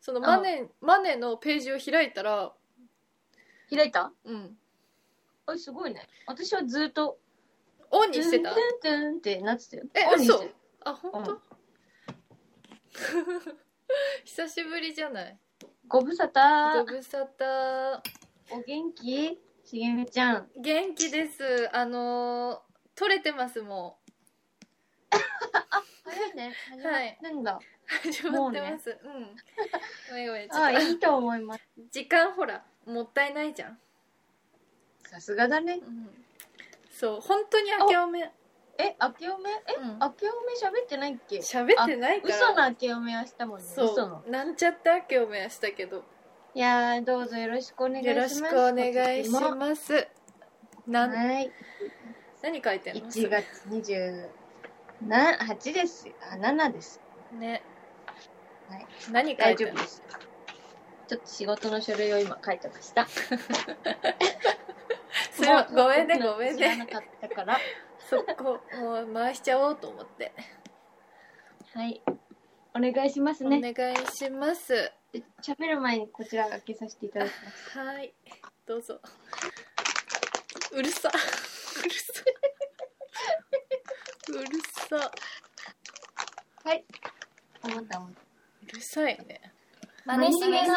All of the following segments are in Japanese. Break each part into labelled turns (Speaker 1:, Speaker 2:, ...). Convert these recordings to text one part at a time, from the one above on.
Speaker 1: そのマネマネのページを開いたら
Speaker 2: 開いた
Speaker 1: うん
Speaker 2: あれすごいね。私はずっと、
Speaker 1: オンにしてた
Speaker 2: トゥントゥントゥンってなってたよ。
Speaker 1: え
Speaker 2: オンにして
Speaker 1: 嘘あ本当、
Speaker 2: う
Speaker 1: 久しぶりじゃない
Speaker 2: ご無沙
Speaker 1: ご
Speaker 2: 汰。
Speaker 1: 無沙汰
Speaker 2: お元気しげみちゃん。
Speaker 1: 元気ですあのー、取れてますも
Speaker 2: 早いね。始ま
Speaker 1: はい
Speaker 2: なんだ。
Speaker 1: う始まってますう,、んおいおいちょ
Speaker 2: あ、
Speaker 1: っと
Speaker 2: いいと思います。
Speaker 1: 時間ほらもったいないじゃん、
Speaker 2: さすがだね。
Speaker 1: うん、そう本当に明けおめ
Speaker 2: え、明けおめえ、
Speaker 1: うん
Speaker 2: 明けおめ喋ってないっけ
Speaker 1: 喋ってないから
Speaker 2: 嘘の明けおめはしたもんね。
Speaker 1: そう
Speaker 2: 嘘の。
Speaker 1: なんちゃって明けおめはしたけど
Speaker 2: いやー、どうぞよろしくお願いし
Speaker 1: よ
Speaker 2: ま
Speaker 1: ろ
Speaker 2: す。
Speaker 1: しくお願いし
Speaker 2: 今年も
Speaker 1: ますなん、
Speaker 2: はい。
Speaker 1: 何書いてんの
Speaker 2: 1月28です。あ、7です。
Speaker 1: ね、
Speaker 2: はい
Speaker 1: 何書
Speaker 2: 大
Speaker 1: い
Speaker 2: 丈
Speaker 1: てん
Speaker 2: 夫
Speaker 1: の
Speaker 2: です。ちょっと仕事の書類を今書いてました。
Speaker 1: すいませんごめんねごめん
Speaker 2: 知らな
Speaker 1: ね
Speaker 2: かったから。
Speaker 1: そこもう回しちゃおうと思って、
Speaker 2: はい。お願いします
Speaker 1: お
Speaker 2: ね。
Speaker 1: 願いします
Speaker 2: で喋る前にこちら開けさせていただきます。
Speaker 1: はいどうぞうるさ うるさうるさ
Speaker 2: 思った思った。
Speaker 1: うるさいね
Speaker 3: マネしげの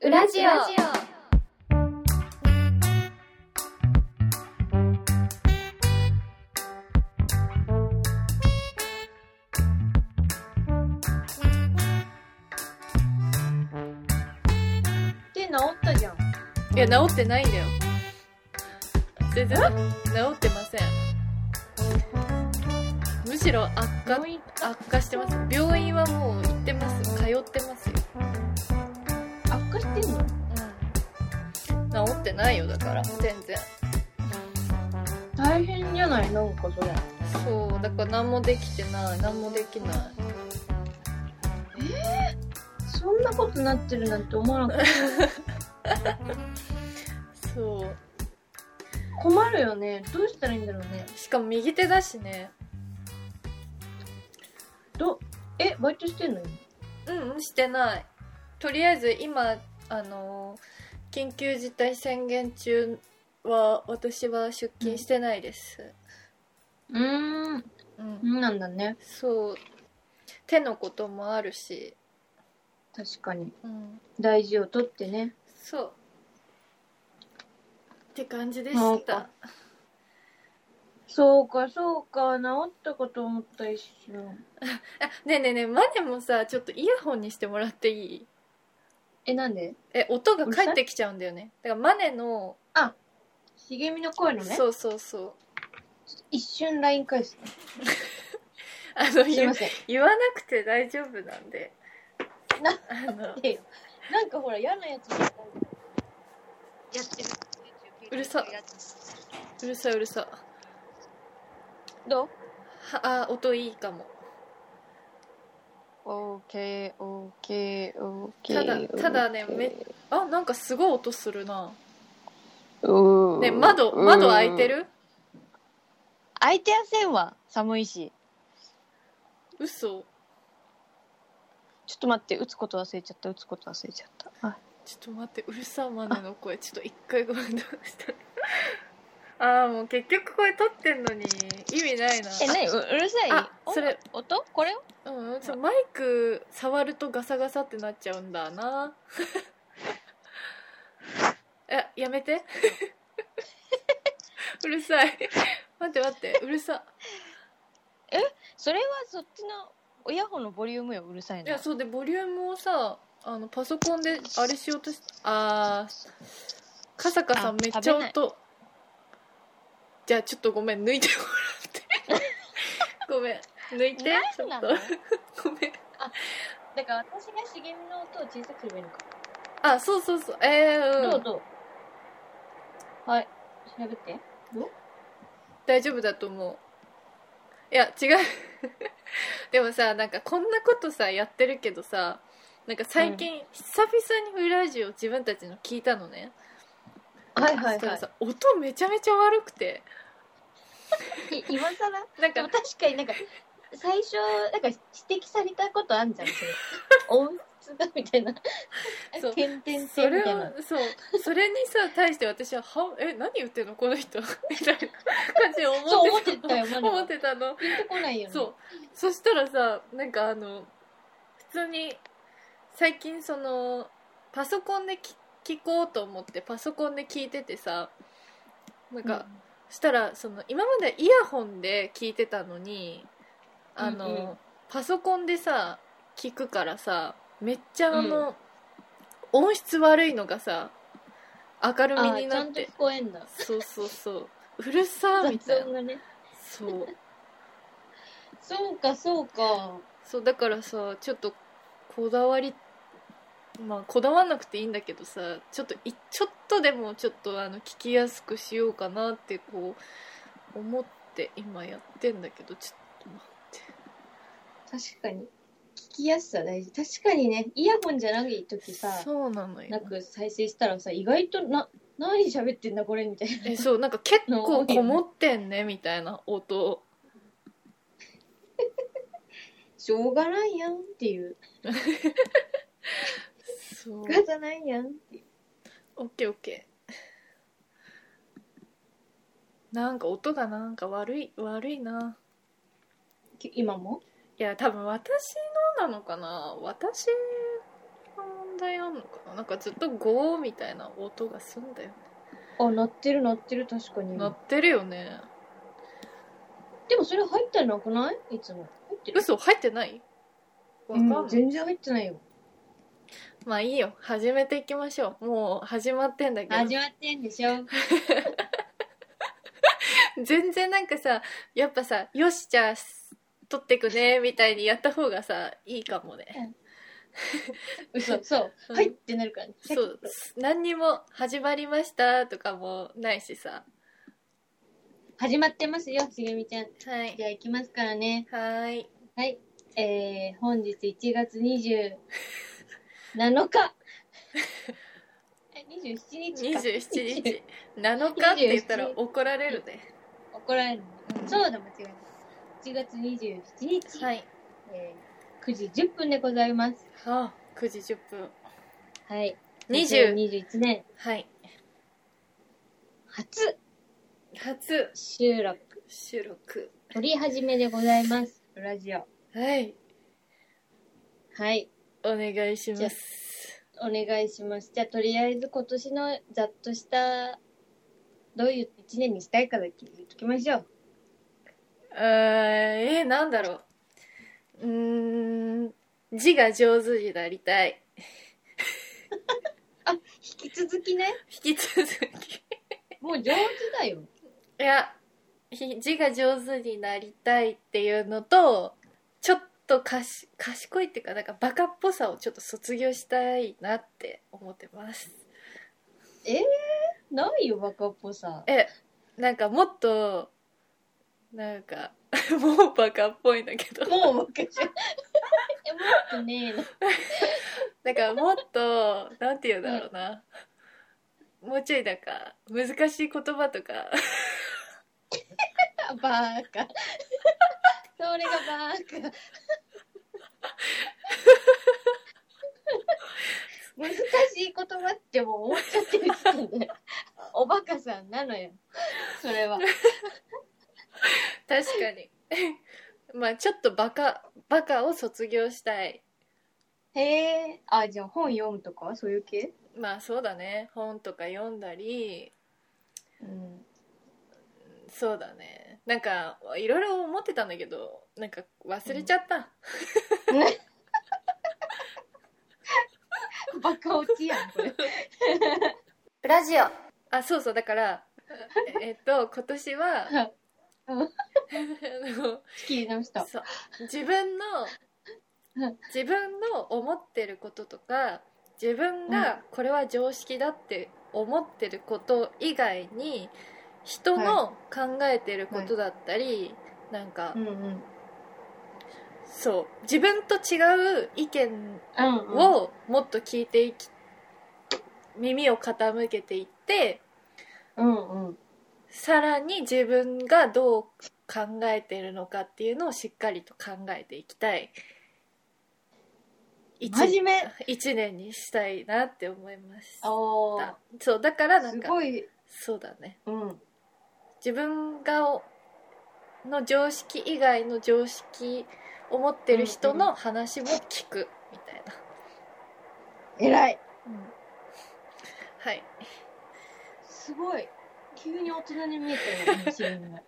Speaker 3: 裏ジオ。
Speaker 2: 手治ったじゃん。
Speaker 1: いや治ってないんだよ全然治ってませんむしろ悪化
Speaker 2: 病院
Speaker 1: 悪化してます病院はもう行ってます通ってますよ、
Speaker 2: 悪化してんの
Speaker 1: うん、治ってないよだから全然
Speaker 2: 大変じゃないなんかそれ。
Speaker 1: そうだから何もできてない何もできない
Speaker 2: そんなことなってるなんて思わなかった。
Speaker 1: そう
Speaker 2: 困るよね。どうしたらいいんだろうね。
Speaker 1: しかも右手だしね
Speaker 2: ど、え、バイトしてんの今
Speaker 1: うんうんしてないとりあえず今あのー緊急事態宣言中は私は出勤してないです、
Speaker 2: うーん、
Speaker 1: うん
Speaker 2: そうなんだね。
Speaker 1: そう手のこともあるし、
Speaker 2: 確かに。
Speaker 1: うん、
Speaker 2: 大事をとってね。
Speaker 1: そうって感じで
Speaker 2: なん
Speaker 1: した
Speaker 2: かそうか、そうか。治ったかと思った一瞬。
Speaker 1: あねえねえねえマネもさちょっとイヤホンにしてもらっていい
Speaker 2: え、なんで
Speaker 1: え音が返ってきちゃうんだよねだからマネの、
Speaker 2: 茂みの声のね。
Speaker 1: そうそうそう
Speaker 2: 一瞬 LINE 返す。
Speaker 1: あの
Speaker 2: すい
Speaker 1: 言
Speaker 2: ま
Speaker 1: う
Speaker 2: せん。
Speaker 1: 言わなくて大丈夫なんで
Speaker 2: な
Speaker 1: あの
Speaker 2: でなんかほら、嫌なやつやってる。
Speaker 1: うるさうるさいうるさ
Speaker 2: どう
Speaker 1: はあ音いいかも
Speaker 2: オーケー、オーケー、オーケ
Speaker 1: ただ
Speaker 2: ー。
Speaker 1: ただねめあなんかすごい音するな
Speaker 2: うー
Speaker 1: ね窓窓開いてる
Speaker 2: 開いてやせんわ。寒いし。
Speaker 1: 嘘
Speaker 2: ちょっと待って、打つこと忘れちゃった、打つこと忘れちゃった。あ
Speaker 1: ちょっと待ってうるさマネの声ちょっと一回ごめんなさいああもう結局声取ってんのに意味ないな
Speaker 2: え、なにううるさい
Speaker 1: あ
Speaker 2: お
Speaker 1: それ
Speaker 2: 音これ
Speaker 1: うんそうマイク触るとガサガサってなっちゃうんだな えやめて うるさい 待って待ってうるさ
Speaker 2: それはそっちのおイヤホンのボリュームよ、うるさい
Speaker 1: い
Speaker 2: の
Speaker 1: や
Speaker 2: は。
Speaker 1: そうでボリュームをさあのパソコンであれしようとしあーカサカさ
Speaker 2: あ
Speaker 1: んめっちゃ
Speaker 2: 食べない
Speaker 1: 音じゃあちょっとごめん抜いても らってごめん抜いてちょ
Speaker 2: な
Speaker 1: っ
Speaker 2: ん
Speaker 1: と
Speaker 2: なの
Speaker 1: ごめん
Speaker 2: だから私が茂みの音を小さくすればいいのか。
Speaker 1: あそうそうそうえー、
Speaker 2: ど
Speaker 1: う
Speaker 2: うんどうはい、調べて。
Speaker 1: 大丈夫だと思う いや違うでもさなんかこんなことさやってるけどさなんか最近、久々にウラジオ自分たちの聞いたのね、
Speaker 2: はい
Speaker 1: そしたらさ音めちゃめちゃ悪くて
Speaker 2: い。今更
Speaker 1: なん
Speaker 2: で
Speaker 1: か
Speaker 2: も確かになんか、最初、なんか指摘されたことあんじゃん、それ。音つだみたいな
Speaker 1: そう
Speaker 2: てんてん
Speaker 1: そ
Speaker 2: てんみ
Speaker 1: れ
Speaker 2: たい
Speaker 1: を
Speaker 2: な
Speaker 1: そうそれにさ対して私は「はえ何言ってんのこの人」 みたいな感じで思って
Speaker 2: そう思ってたよマリは
Speaker 1: 思ってたの
Speaker 2: ピンとこないよね
Speaker 1: そうそしたらさなんかあの普通に最近そのパソコンでき聞こうと思ってパソコンで聞いててさなん
Speaker 2: うん
Speaker 1: か、したらその今までイヤホンで聞いてたのにあの、
Speaker 2: うんうん
Speaker 1: パソコンでさ聞くからさめっちゃあの、音質悪いのがさ明るみ
Speaker 2: あ
Speaker 1: に
Speaker 2: ーち
Speaker 1: な
Speaker 2: ゃ
Speaker 1: っ
Speaker 2: んと
Speaker 1: て
Speaker 2: 聞こえんだ
Speaker 1: そうそうそううるさーみ
Speaker 2: 雑
Speaker 1: たい
Speaker 2: 音
Speaker 1: な
Speaker 2: がね
Speaker 1: そう
Speaker 2: そうかそうか
Speaker 1: そうだからさちょっとこだわりまあこだわんなくていいんだけどさちょっといちょっとでもちょっとあの聞きやすくしようかなってこう思って今やってんだけどちょっと待って
Speaker 2: 確かに聞きやすさ大事確かにねイヤホンじゃない時さ
Speaker 1: そうなのよ
Speaker 2: なく再生したらさ意外とな何喋ってんだこれみたいな
Speaker 1: えそうなんか結
Speaker 2: の多
Speaker 1: 構
Speaker 2: いよね
Speaker 1: こもってんねみたいな音
Speaker 2: しょうがないやんっていう
Speaker 1: そう
Speaker 2: 仕方ないやんっていう
Speaker 1: オッケーオッケーなんか音がなんか悪い悪いな
Speaker 2: き今も
Speaker 1: いや多分私のなのかな私の問題なのかななんかずっとゴーみたいな音がすんだよね
Speaker 2: あ鳴ってる鳴ってる確かに
Speaker 1: 鳴
Speaker 2: 今
Speaker 1: ってるよね
Speaker 2: でもそれ入ったらなくないいつも入ってる
Speaker 1: 嘘入ってないわかんない、
Speaker 2: うん全然入ってないよ
Speaker 1: まあいいよ始めていきましょうもう始まってんだけど
Speaker 2: まってんでしょ
Speaker 1: 全然なんかさやっぱさよしじゃあ撮ってくねみたいにやった方がさいいかもね
Speaker 2: 嘘そううんはいってなるからね
Speaker 1: そう何にも始まりましたとかもないしさ
Speaker 2: 始まってますよしげみちゃん
Speaker 1: はい
Speaker 2: じゃあ行きますからね
Speaker 1: はーい
Speaker 2: はい。えー、本日1月27日。 え、27日か。
Speaker 1: 27日7日って言ったら怒られるね
Speaker 2: 怒られるの。
Speaker 1: う
Speaker 2: そうだ、間違えた。1月27日、
Speaker 1: はい
Speaker 2: えー、9時10分でございます。
Speaker 1: はあ9時10分
Speaker 2: はい。
Speaker 1: 20
Speaker 2: 2021年
Speaker 1: はい
Speaker 2: 初
Speaker 1: 初
Speaker 2: 収録、
Speaker 1: 収録
Speaker 2: 撮り始めでございます。ラジオ。
Speaker 1: はい
Speaker 2: はい。
Speaker 1: お願いします
Speaker 2: お願いします。じゃあ、とりあえず今年のざっとした、どういう1年にしたいかだけ言っときましょう。
Speaker 1: あーえー、なんだろううーん字が上手になりたい
Speaker 2: 引き続きね。
Speaker 1: 引き続き
Speaker 2: もう上手だよ。
Speaker 1: いやひ字が上手になりたいっていうのとちょっとかし賢いっていうかなんかバカっぽさをちょっと卒業したいなって思ってます
Speaker 2: ないよ、バカっぽさ。
Speaker 1: えなんかもっとなんか もうバカっぽいんだけど
Speaker 2: もうバカじゃん。 え、もっとね
Speaker 1: なんかもっとなんて言うんだろうな、もうちょいなんか難しい言葉とか
Speaker 2: あバカ。それが バカ。難しい言葉ってもう思っちゃってる時点で、おバカさんなのよ。それは。
Speaker 1: 確かに まあちょっとバカバカを卒業したい
Speaker 2: へえ。あ、じゃあ本読むとかそういう系
Speaker 1: まあそうだね本とか読んだり
Speaker 2: うん。
Speaker 1: そうだねなんかいろいろ思ってたんだけどなんか忘れちゃった、
Speaker 2: バカ落ちやん、これ。
Speaker 3: ブラジオ
Speaker 1: あそうそうだからえっと今年 はあ
Speaker 2: うん
Speaker 1: の
Speaker 2: 仕切り直した。
Speaker 1: そう自分の
Speaker 2: うん
Speaker 1: 自分の思ってることとか自分がこれは常識だって思ってること以外に人の考えてることだったり、なんか、
Speaker 2: うんうん。
Speaker 1: そう自分と違う意見
Speaker 2: うん、うん。
Speaker 1: をもっと聞いていき、耳を傾けていって
Speaker 2: うんうん。
Speaker 1: さらに自分がどう考えてるのかっていうのをしっかりと考えていきたい一
Speaker 2: 真面目
Speaker 1: 一年にしたいなって思いまし
Speaker 2: お
Speaker 1: たそうだからな
Speaker 2: す
Speaker 1: んか
Speaker 2: ごい、
Speaker 1: そうだね
Speaker 2: うん、
Speaker 1: 自分がの常識以外の常識を持ってる人の話も聞くみたいな、
Speaker 2: 偉い
Speaker 1: はい
Speaker 2: すごい急に大人に見えたよね真面目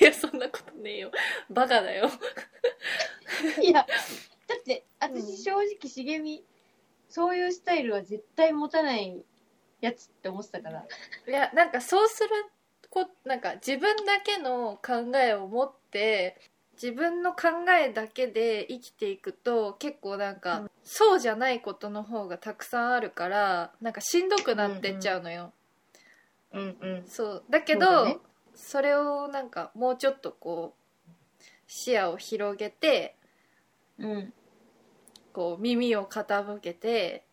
Speaker 1: いやそんなことねえよバカだよ
Speaker 2: いやだって
Speaker 1: うん
Speaker 2: 私正直茂みそういうスタイルは絶対持たないやつって思ってたから
Speaker 1: いやなんかそうするこなんか自分だけの考えを持って自分の考えだけで生きていくと結構なんか、そうじゃないことの方がたくさんあるからなんかしんどくなってっちゃうのよ、
Speaker 2: うんうん
Speaker 1: そうだけど
Speaker 2: そう
Speaker 1: そ
Speaker 2: だね
Speaker 1: れをなんかもうちょっとこう視野を広げて
Speaker 2: うん
Speaker 1: こう耳を傾けて、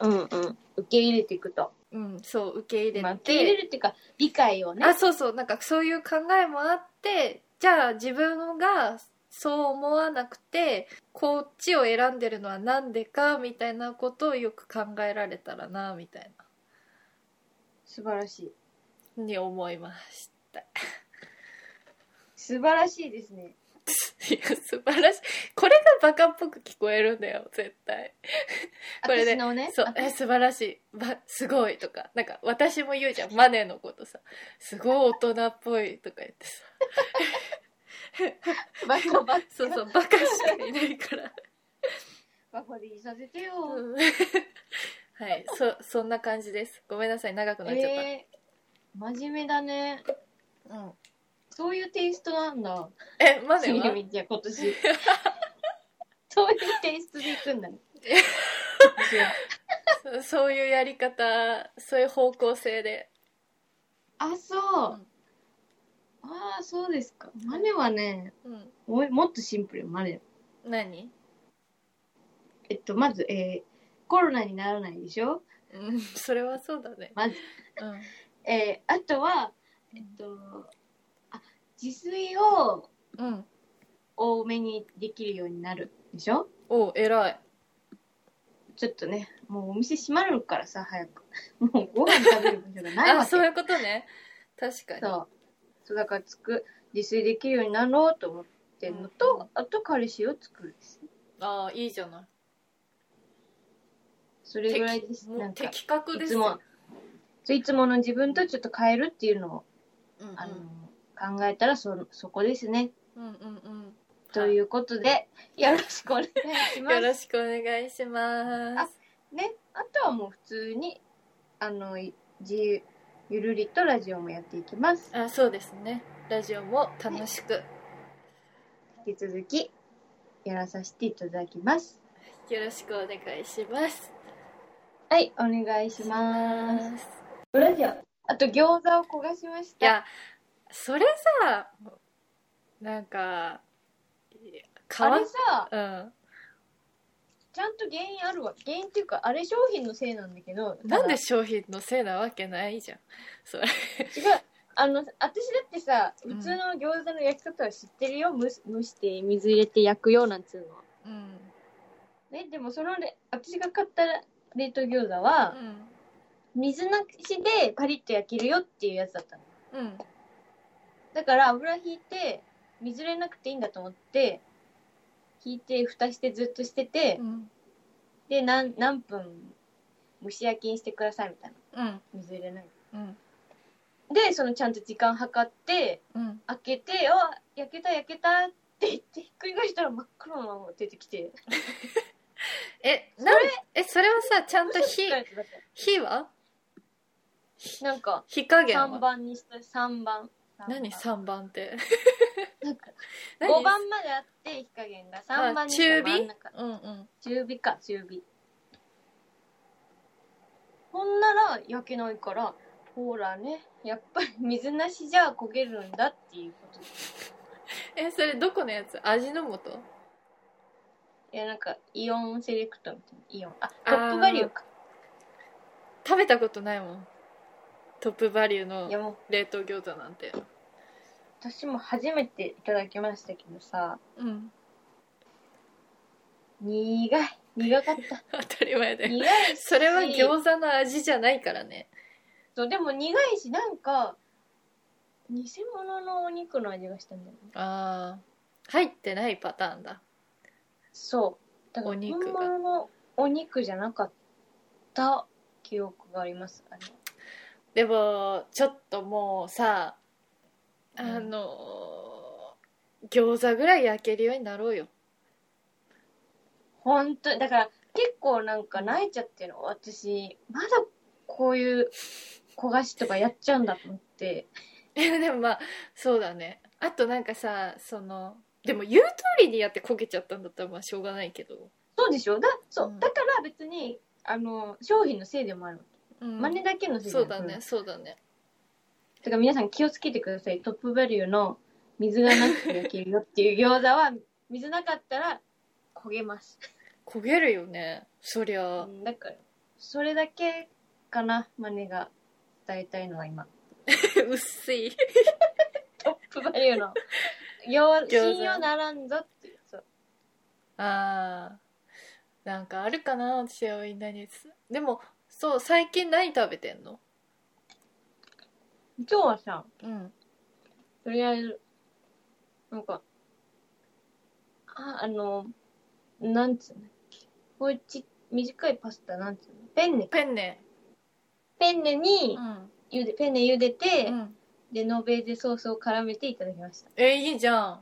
Speaker 2: うんうん受け入れていくと、
Speaker 1: うん、そう受け入れて、
Speaker 2: まあ、受け入れるっていうか理解をね
Speaker 1: あそうそうなんかそういう考えもあってじゃあ自分がそう思わなくてこっちを選んでるのはなんでかみたいなことをよく考えられたらなみたい
Speaker 2: 素晴らしい
Speaker 1: なに思いました
Speaker 2: 素晴らしいですね
Speaker 1: いや素晴らしいこれがバカっぽく聞こえるんだよ絶対これで
Speaker 2: 私のね
Speaker 1: そう
Speaker 2: あ
Speaker 1: え素晴らしいばすごいとかなんか私も言うじゃんマネのことさすごい大人っぽいとか言ってさ
Speaker 2: バカバカ
Speaker 1: そうそう バカしかいないから
Speaker 2: バカでいさせて よ、
Speaker 1: うんはい、そ、そんな感じです。ごめんなさい、長くなっちゃっ
Speaker 2: えー、真面目だね
Speaker 1: た。うん
Speaker 2: そういうテイストなんだ
Speaker 1: え、マネ
Speaker 2: しげ
Speaker 1: は
Speaker 2: みちゃん今 年そういうテイストでい くんだね私は
Speaker 1: そそういうやり方、そういう方向性で。
Speaker 2: あそう、
Speaker 1: うん
Speaker 2: ああそうですかマネはね
Speaker 1: うん。
Speaker 2: おいもっとシンプルよマネ
Speaker 1: 何
Speaker 2: えっとまず、えー、コロナにならないでしょ
Speaker 1: うん、それはそうだね。
Speaker 2: まず
Speaker 1: うん。
Speaker 2: えー、あとはえっとあ自炊を
Speaker 1: うん。
Speaker 2: 多めにできるようになるでしょ
Speaker 1: お偉い。
Speaker 2: ちょっとね、もうお店閉まるからさ、早く。 もうご飯食べる場所がないわ
Speaker 1: あ、
Speaker 2: け。そ
Speaker 1: そうういうことね。確かに。
Speaker 2: そう。だからつく、自炊できるようになろうと思ってんの
Speaker 1: うんう
Speaker 2: と、あと彼氏を作るです。
Speaker 1: ああ、いいじゃない。
Speaker 2: それぐらいです。
Speaker 1: もう
Speaker 2: なんか、い
Speaker 1: 的確です
Speaker 2: つも
Speaker 1: よ。、
Speaker 2: そういつもの自分とちょっと変えるっていうのを、
Speaker 1: うんうん
Speaker 2: あの、考えたらそ、そこですね。
Speaker 1: うんうんうん。
Speaker 2: ということで、よろしくお願いしま
Speaker 1: よろ
Speaker 2: す。
Speaker 1: しくお願いします。
Speaker 2: ね、あとはもう普通に、あの、い自由、ゆるりとラジオもやっていきます。
Speaker 1: あ、そうですね。ラジオも楽しく。
Speaker 2: 引き続きやらさせていただきます。
Speaker 1: よろしくお願いします。
Speaker 2: はい、お願いします。
Speaker 1: す。
Speaker 3: 裏じゃ
Speaker 2: あと餃子を焦がしまし
Speaker 1: い
Speaker 2: た。
Speaker 1: やそれさなんかいやか
Speaker 2: あ
Speaker 1: わ
Speaker 2: れさ、
Speaker 1: うん
Speaker 2: ちゃんと原因あるわ。原因っていうか、あれ商品のせいなんだけど。
Speaker 1: なんで
Speaker 2: し
Speaker 1: 商品のせいなわけないじゃんそれ
Speaker 2: 違う。あの、私だってさ、普通の餃子の焼き方は知ってるよ。蒸す蒸して水入れて焼くよなんつうのは。
Speaker 1: うん
Speaker 2: ね、でもそのれ、私が買った冷凍餃子
Speaker 1: う
Speaker 2: は、
Speaker 1: ん
Speaker 2: 水なしでパリッと焼けるよっていうやつだったの。
Speaker 1: うん
Speaker 2: だから油引いて水入れなくていいんだと思って引いて蓋してずっとしてて、
Speaker 1: うん
Speaker 2: で何何分蒸し焼きにしてくださいみたいな
Speaker 1: うん
Speaker 2: 水入れない
Speaker 1: うん
Speaker 2: でそのちゃんと時間計って
Speaker 1: うん
Speaker 2: 開けて「あ焼けた焼けた」って言ってひっくり返したら真っ黒のまま出てきて
Speaker 1: えなんえそれはさちゃんと火
Speaker 2: 嘘つかれてだって
Speaker 1: 火は
Speaker 2: なんか
Speaker 1: 火加減
Speaker 2: 3
Speaker 1: は
Speaker 2: 番にした3番
Speaker 1: 何3番って
Speaker 2: なんか
Speaker 1: 何
Speaker 2: 5番まであって火加減が3番
Speaker 1: あ
Speaker 2: にした
Speaker 1: 中
Speaker 2: ら
Speaker 1: 火
Speaker 2: 真ん中
Speaker 1: うんうん
Speaker 2: 中火か中火ほんなら焼けないからほらねやっぱり水なしじゃ焦げるんだっていうこと
Speaker 1: えそれどこのやつ味の素
Speaker 2: いやなんかイオンセレクトみたいなイオンあ
Speaker 1: あー
Speaker 2: トップバリューか
Speaker 1: 食べたことないもんトップバリュー
Speaker 2: いや
Speaker 1: の
Speaker 2: もう
Speaker 1: 冷凍餃子なんて
Speaker 2: 私も初めていただきましたけどさ
Speaker 1: うん
Speaker 2: 苦い苦か っ た。
Speaker 1: 当たり前で
Speaker 2: 苦いし。
Speaker 1: それは餃子の味じゃないからね
Speaker 2: そう、でも苦いし、なんか、偽物のお肉の味がしたんだよね。
Speaker 1: ああ入ってないパターンだ
Speaker 2: そう。だから
Speaker 1: お肉が
Speaker 2: 本物のお肉じゃなかった記憶があります。あれ
Speaker 1: でもちょっともうさ
Speaker 2: うん
Speaker 1: あのー餃子ぐらい焼けるようになろうよ
Speaker 2: 本当にだから結構なんか泣いちゃってるの私まだこういう焦がしとかやっちゃうんだと思って
Speaker 1: えでもまあそうだねあとなんかさそのでも言う通りにやって焦げちゃったんだったらまあしょうがないけど、
Speaker 2: そうでしょだそう、
Speaker 1: うん
Speaker 2: だから別にあの商品のせいでもある、
Speaker 1: うん
Speaker 2: 真似だけのせいじゃ
Speaker 1: そ
Speaker 2: な
Speaker 1: うだね
Speaker 2: ん
Speaker 1: そうだね
Speaker 2: だから皆さん気をつけてくださいトップバリューの水がなくて焼けるよっていう餃子は水なかったら焦げます、
Speaker 1: 焦げるよねそりゃ、
Speaker 2: うんだからそれだけかな真似が伝えたいのは今
Speaker 1: 薄い
Speaker 2: トップバリュー のよ
Speaker 1: 餃
Speaker 2: う
Speaker 1: 子
Speaker 2: 信用ならんぞっていうそう
Speaker 1: あーなんかあるかな私はみんなにでもそう最近何食べてんの
Speaker 2: 今日はさ
Speaker 1: うん
Speaker 2: とりあえず、なんか、あ、あの、なんつうのこういうち、短いパスタなんつうのペンネか。
Speaker 1: ペンネ
Speaker 2: ペンネに
Speaker 1: う、ん、
Speaker 2: ゆで、ペンネ茹でて、
Speaker 1: うん、
Speaker 2: で、ノベーゼソースを絡めていただきました。
Speaker 1: えいいじゃ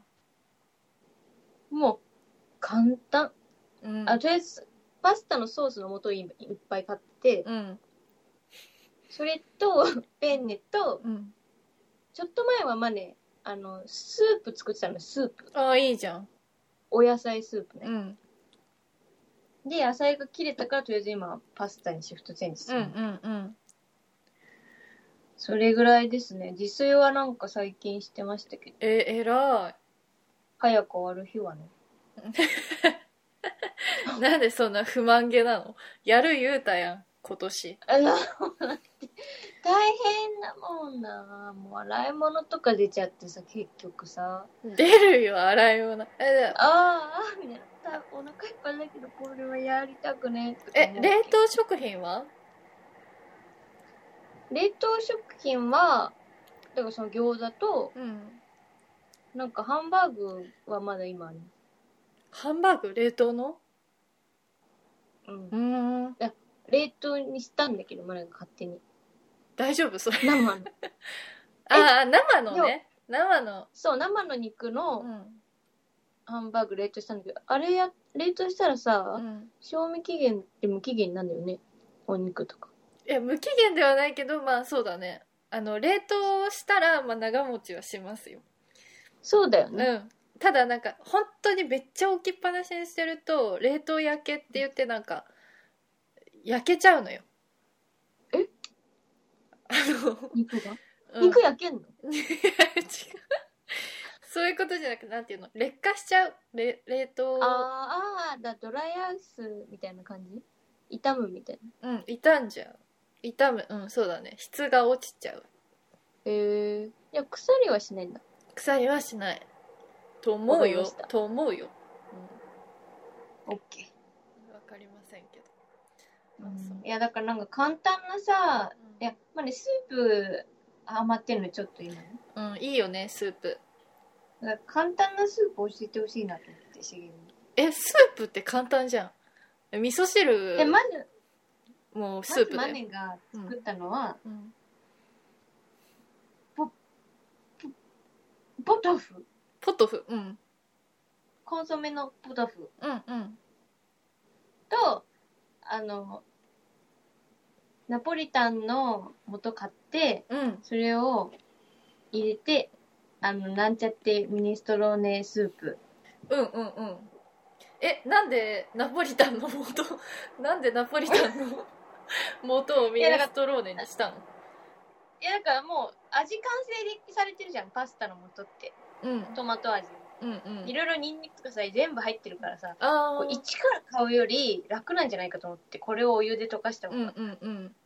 Speaker 1: ん、
Speaker 2: もう、簡単。
Speaker 1: うん、
Speaker 2: あ、とりあえず、パスタのソースの素をいいっぱい買って、
Speaker 1: うん
Speaker 2: それと、 ペンネと、
Speaker 1: うん
Speaker 2: ちょっと前はまあね、あの、スープ作ってたの、スープ。
Speaker 1: ああいいじゃん
Speaker 2: お野菜スープね。
Speaker 1: うん
Speaker 2: で、野菜が切れたから、とりあえず今、パスタにシフトチェンジ
Speaker 1: う
Speaker 2: して
Speaker 1: んう
Speaker 2: る、
Speaker 1: んうん
Speaker 2: それぐらいですね。自炊はなんか最近してましたけど、
Speaker 1: ええら
Speaker 2: 早く終わる日はね。
Speaker 1: いなんでそんな不満げなの やる言うたやん今年
Speaker 2: あの、 大変だもんな。もう洗い物とか出ちゃってさ、結局さ。
Speaker 1: 出るよ洗い物え
Speaker 2: ああ、ああ、みたいな。お腹いっぱいだけど、これはやりたくねえ
Speaker 1: え冷凍食品は
Speaker 2: 冷凍食品は、だからその餃子と、
Speaker 1: うん
Speaker 2: なんかハンバーグはまだ今ありま
Speaker 1: ハンバーグ冷凍の
Speaker 2: す。うん
Speaker 1: う。ん
Speaker 2: 冷凍にしたんだけど、まだ勝手に。
Speaker 1: 大丈夫それ
Speaker 2: 生の。
Speaker 1: ああ生のね生の
Speaker 2: そう、生の肉の、
Speaker 1: うん
Speaker 2: ハンバーグ冷凍したんだけど、あれや、冷凍したらさ、
Speaker 1: うん
Speaker 2: 賞味期限って無期限なんだよね。お肉とか。
Speaker 1: いや無期限ではないけどまあそうだねあの冷凍したら、まあ、長持ちはしますよ、
Speaker 2: そうだよ
Speaker 1: う
Speaker 2: ね。
Speaker 1: ん、ただなんか本当にめっちゃ置きっぱなしにしてると冷凍焼けって言ってなんか焼けちゃうのよ
Speaker 2: え
Speaker 1: あの、
Speaker 2: 肉が、
Speaker 1: うん
Speaker 2: 肉焼けんの
Speaker 1: いや違うそういうことじゃなくてなんていうの劣化しちゃうれ冷凍
Speaker 2: あーあー、だ、ドライアイスみたいな感じ炒むみたいな。
Speaker 1: うん傷んじゃう傷むうんそうだね質が落ちちゃう
Speaker 2: へえー。いや、腐りはしないんだ。
Speaker 1: 腐りはしないと思う
Speaker 2: わかりま
Speaker 1: よ
Speaker 2: した
Speaker 1: と思うよ
Speaker 2: オッケ
Speaker 1: うんわかりませんけど
Speaker 2: ー。
Speaker 1: あそう
Speaker 2: いや、だからなんか簡単なさ、いや、まあね、スープ余ってるのちょっと今ね。
Speaker 1: うんいいよねスープ
Speaker 2: だから簡単なスープ教えてほしいなと思って、しげみ。
Speaker 1: えスープって簡単じゃんえ味噌汁
Speaker 2: で、まず、
Speaker 1: もう
Speaker 2: ま
Speaker 1: スー
Speaker 2: ず
Speaker 1: プ
Speaker 2: マ
Speaker 1: だよ、
Speaker 2: ネが作ったのは、
Speaker 1: うん、
Speaker 2: ポトフ。
Speaker 1: ポトフ、うん、
Speaker 2: コンソメのポトフ
Speaker 1: うんうん
Speaker 2: と、あの、ナポリタンの素買って、
Speaker 1: うん
Speaker 2: それを入れて、あの、なんちゃってミネストローネスープ。
Speaker 1: うんうんうんえなんでナポリタンの元 なんでナポリ タンの元をミネストローネにしたの
Speaker 2: いや、だからもう、味完成されてるじゃん、パスタの素って。
Speaker 1: うん
Speaker 2: トマト味。
Speaker 1: うんう
Speaker 2: い
Speaker 1: ん
Speaker 2: ろいろニンニクとかさ、全部入ってるからさ、
Speaker 1: あ
Speaker 2: こ
Speaker 1: あ
Speaker 2: う一から買うより楽なんじゃないかと思って、これをお湯で溶かした
Speaker 1: う
Speaker 2: も
Speaker 1: ん
Speaker 2: の、
Speaker 1: うんうん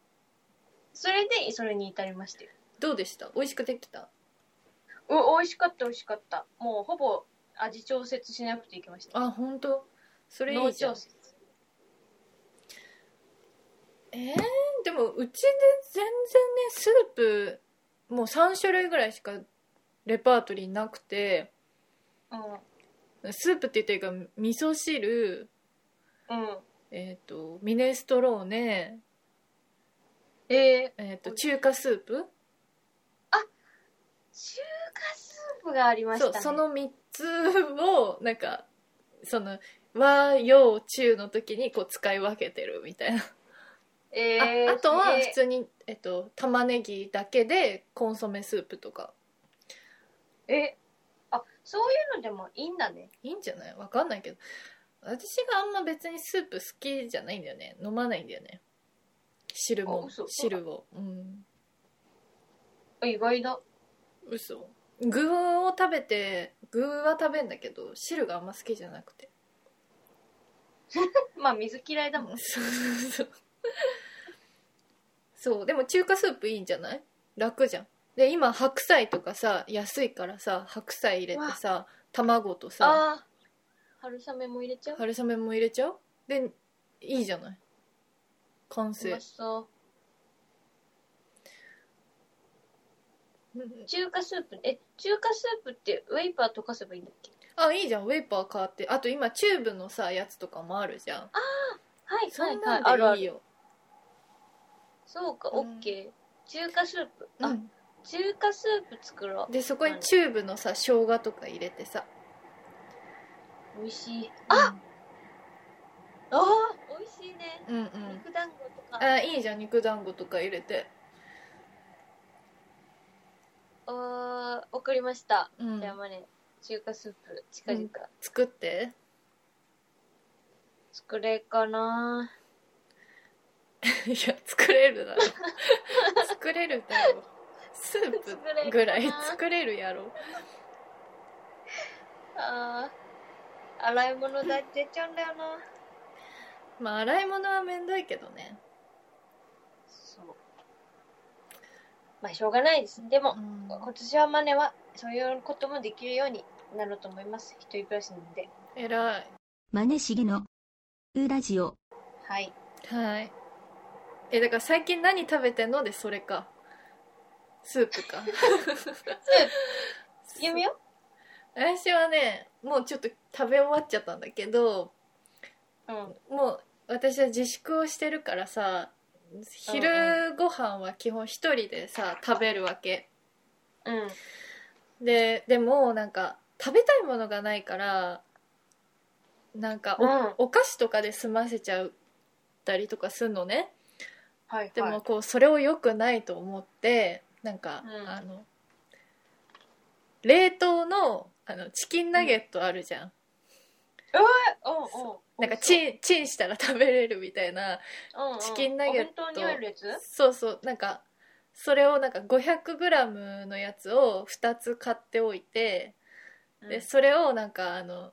Speaker 2: それで、それに至りましたよ。
Speaker 1: どうでした美味しくできた
Speaker 2: う、美味しかった、美味しかった。もう、ほぼ味調節しなくていきました。
Speaker 1: あ本当それい
Speaker 2: 脳
Speaker 1: いじゃん
Speaker 2: 調節
Speaker 1: えー、でもうちで全然ねスープもう3種類ぐらいしかレパートリーなくて
Speaker 2: う
Speaker 1: スープって言ってるから味噌汁
Speaker 2: ん。うん。
Speaker 1: えっ、とミネストローネ
Speaker 2: えー、
Speaker 1: えっ、と中華スープ
Speaker 2: 中華スープがありました
Speaker 1: そう
Speaker 2: ね。
Speaker 1: その3つをなんかその和洋中の時にこう使い分けてるみたいな、
Speaker 2: えー、
Speaker 1: ああとは普
Speaker 2: 通。
Speaker 1: 通に、えっと、玉ねぎだけでコンソメスープとか
Speaker 2: え、あ、そういうのでもいいんだね。
Speaker 1: いいんじゃないわかんないけど私があんま別にスープ好きじゃないんだよね飲まないんだよね汁も
Speaker 2: あ嘘
Speaker 1: 汁をうん
Speaker 2: あ意外だ。
Speaker 1: 嘘具を食べて具は食べんだけど汁があんま好きじゃなくて
Speaker 2: まあ、水嫌いだもん。
Speaker 1: そうそうそうそうでも中華スープいいんじゃない楽じゃんで今白菜とかさ安いからさ白菜入れてさ卵とさ
Speaker 2: ああ。春雨も入れちゃう
Speaker 1: 春雨も入れちゃうでいいじゃない完
Speaker 2: う
Speaker 1: 成
Speaker 2: まそう。
Speaker 1: うん
Speaker 2: 中華スープ、え、中華スープってウェイパー溶かせばいいんだっけ
Speaker 1: あいいじゃんウェイパー買ってあと今チューブのさやつとかもあるじゃん
Speaker 2: はい、
Speaker 1: そん
Speaker 2: はい、はい、ある
Speaker 1: な
Speaker 2: あ
Speaker 1: んでいい
Speaker 2: る。
Speaker 1: よ、
Speaker 2: そうか、
Speaker 1: うん
Speaker 2: オッケー。中華スープ。あ、
Speaker 1: うん
Speaker 2: 中華スープ作ろ
Speaker 1: でそこにチューブのさ生姜とか入れてさ
Speaker 2: う。美味しい。あ
Speaker 1: あ
Speaker 2: あー美味しいね。
Speaker 1: うんうん
Speaker 2: 肉団子とか。
Speaker 1: あいいじゃん肉団子とか入れて
Speaker 2: あー、送りました。
Speaker 1: うん
Speaker 2: じゃあまね、中華スープ、近々
Speaker 1: 作って
Speaker 2: 作れっかな。
Speaker 1: いや作れるだろ 作れるだろスープぐらい作れるやろ
Speaker 2: あー、洗い物だって出ちゃうんだよな。
Speaker 1: まあ洗い物はめんどいけどね
Speaker 2: そう。まあ、しょうがないです。でも
Speaker 1: う、ん
Speaker 2: 今年はマネはそういうこともできるようになると思います一人暮らしなので
Speaker 1: えらい
Speaker 4: マネしげのウラジオ
Speaker 2: はい
Speaker 1: はいえだから最近何食べてんのでそれかスープか
Speaker 2: ゆみよ
Speaker 1: 私はねもうちょっと食べ終わっちゃったんだけど
Speaker 2: うん
Speaker 1: もう私は自粛をしてるからさ昼ご飯は基本一人でさ食べるわけ
Speaker 2: うん
Speaker 1: ででもなんか食べたいものがないからなんかお,、
Speaker 2: うん
Speaker 1: お菓子とかで済ませちゃったりとかすんのね
Speaker 2: はい
Speaker 1: でもこうそれを良くないと思ってなんか、
Speaker 2: うん
Speaker 1: あの冷凍のあのチキンナゲットあるじゃん、
Speaker 2: うんうん
Speaker 1: なんかチンチンしたら食べれるみたいな
Speaker 2: うんうん
Speaker 1: チキンナゲット
Speaker 2: お弁当にあるやつ
Speaker 1: そうそうなんかそれをなんか 500g のやつを2つ買っておいて
Speaker 2: う
Speaker 1: で
Speaker 2: ん
Speaker 1: それをなんかあの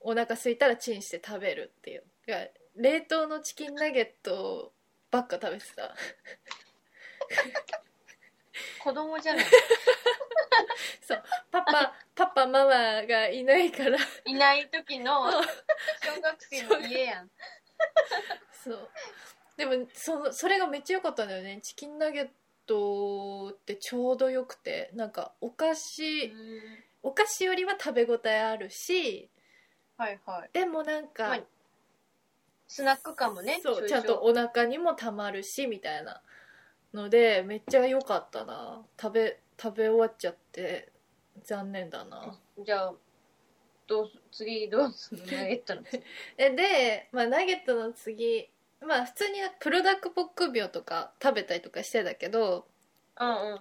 Speaker 1: お腹空いたらチンして食べるっていうだから冷凍のチキンナゲットばっか食べてた
Speaker 2: 子 供じゃない
Speaker 1: パ パパパママがいないから
Speaker 2: いない時の
Speaker 1: そう
Speaker 2: 小学生の家やん
Speaker 1: そうでもそそれがめっちゃ良かったんだよねチキンナゲットってちょうどよくてなんかお菓子、
Speaker 2: うん
Speaker 1: お菓子よりは食べ応えあるし
Speaker 2: はいはい
Speaker 1: でもなんか、
Speaker 2: まあスナック感もね
Speaker 1: そ
Speaker 2: 少
Speaker 1: う
Speaker 2: 々
Speaker 1: ちゃんとお腹にもたまるしみたいなのでめっちゃ良かったな食べ食べ終わっちゃって残念だな
Speaker 2: じゃあどうす次どう するのナゲットの
Speaker 1: えで、まあ、ナゲットの次まあ普通にプロダックポックビョとか食べたりとかしてたけど
Speaker 2: うんうんうん